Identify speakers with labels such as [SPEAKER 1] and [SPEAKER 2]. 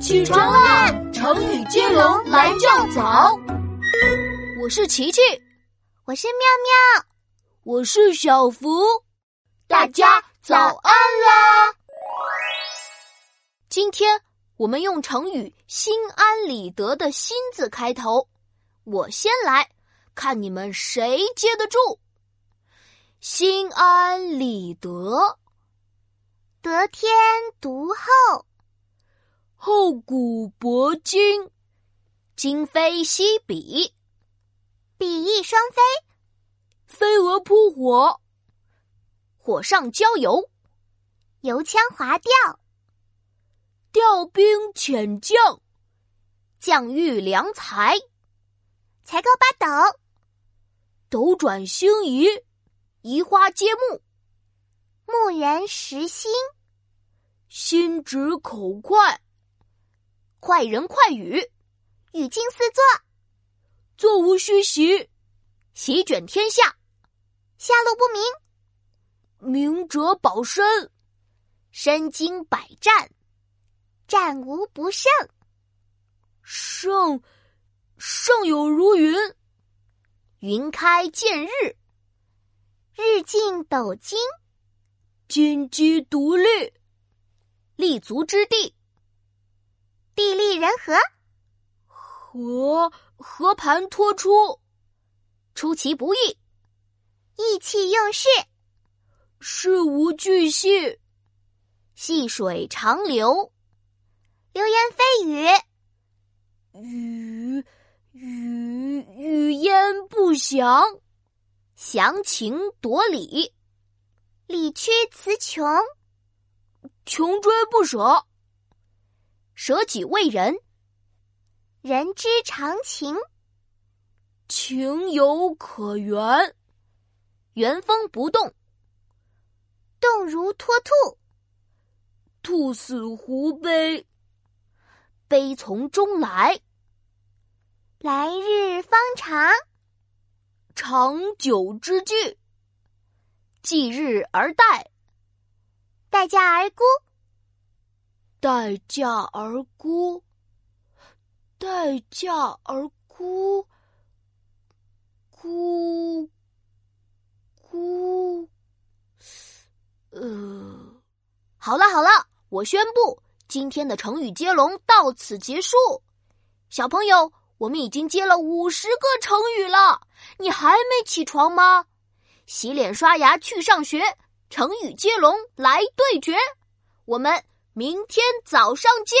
[SPEAKER 1] 起床啦！成语接龙来叫早。我是琪琪，
[SPEAKER 2] 我是妙妙，
[SPEAKER 1] 我是小福，
[SPEAKER 3] 大家早安啦！
[SPEAKER 1] 今天我们用成语“心安理得”的“心”字开头。我先来，看你们谁接得住。心安理得，
[SPEAKER 2] 得天独厚，
[SPEAKER 1] 厚古薄今，今非昔比，
[SPEAKER 2] 比翼双飞，
[SPEAKER 1] 飞蛾扑火，火上浇油，
[SPEAKER 2] 油腔滑调，
[SPEAKER 1] 调兵遣将，将遇良才，
[SPEAKER 2] 才高八斗，
[SPEAKER 1] 斗转星移，移花接木，
[SPEAKER 2] 牧人识心，
[SPEAKER 1] 心直口快，快人快语，
[SPEAKER 2] 语境四座，
[SPEAKER 1] 座无虚席，席卷天下，
[SPEAKER 2] 下落不明。
[SPEAKER 1] 明哲保身，身经百战，
[SPEAKER 2] 战无不胜，
[SPEAKER 1] 胜胜有如云，云开见日，
[SPEAKER 2] 日进斗金，
[SPEAKER 1] 金鸡独立，立足之地，
[SPEAKER 2] 地利人和，
[SPEAKER 1] 和和盘托出，出其不意，
[SPEAKER 2] 意气用事，
[SPEAKER 1] 事无巨细，细水长流。
[SPEAKER 2] 流言蜚语，
[SPEAKER 1] 语语语焉不详，详情夺理，
[SPEAKER 2] 理屈词穷，
[SPEAKER 1] 穷追不舍，舍己为人，
[SPEAKER 2] 人之常情，
[SPEAKER 1] 情有可原，原封不动，
[SPEAKER 2] 动如脱兔，
[SPEAKER 1] 兔死狐悲，悲从中来，
[SPEAKER 2] 来日方长，
[SPEAKER 1] 长久之计，继日而待，
[SPEAKER 2] 待价而沽，
[SPEAKER 1] 待价而沽，待价而沽，沽沽，呃，好了好了，我宣布，今天的成语接龙到此结束。小朋友，我们已经接了五十个成语了，你还没起床吗？洗脸刷牙去上学，成语接龙来对决，我们明天早上见。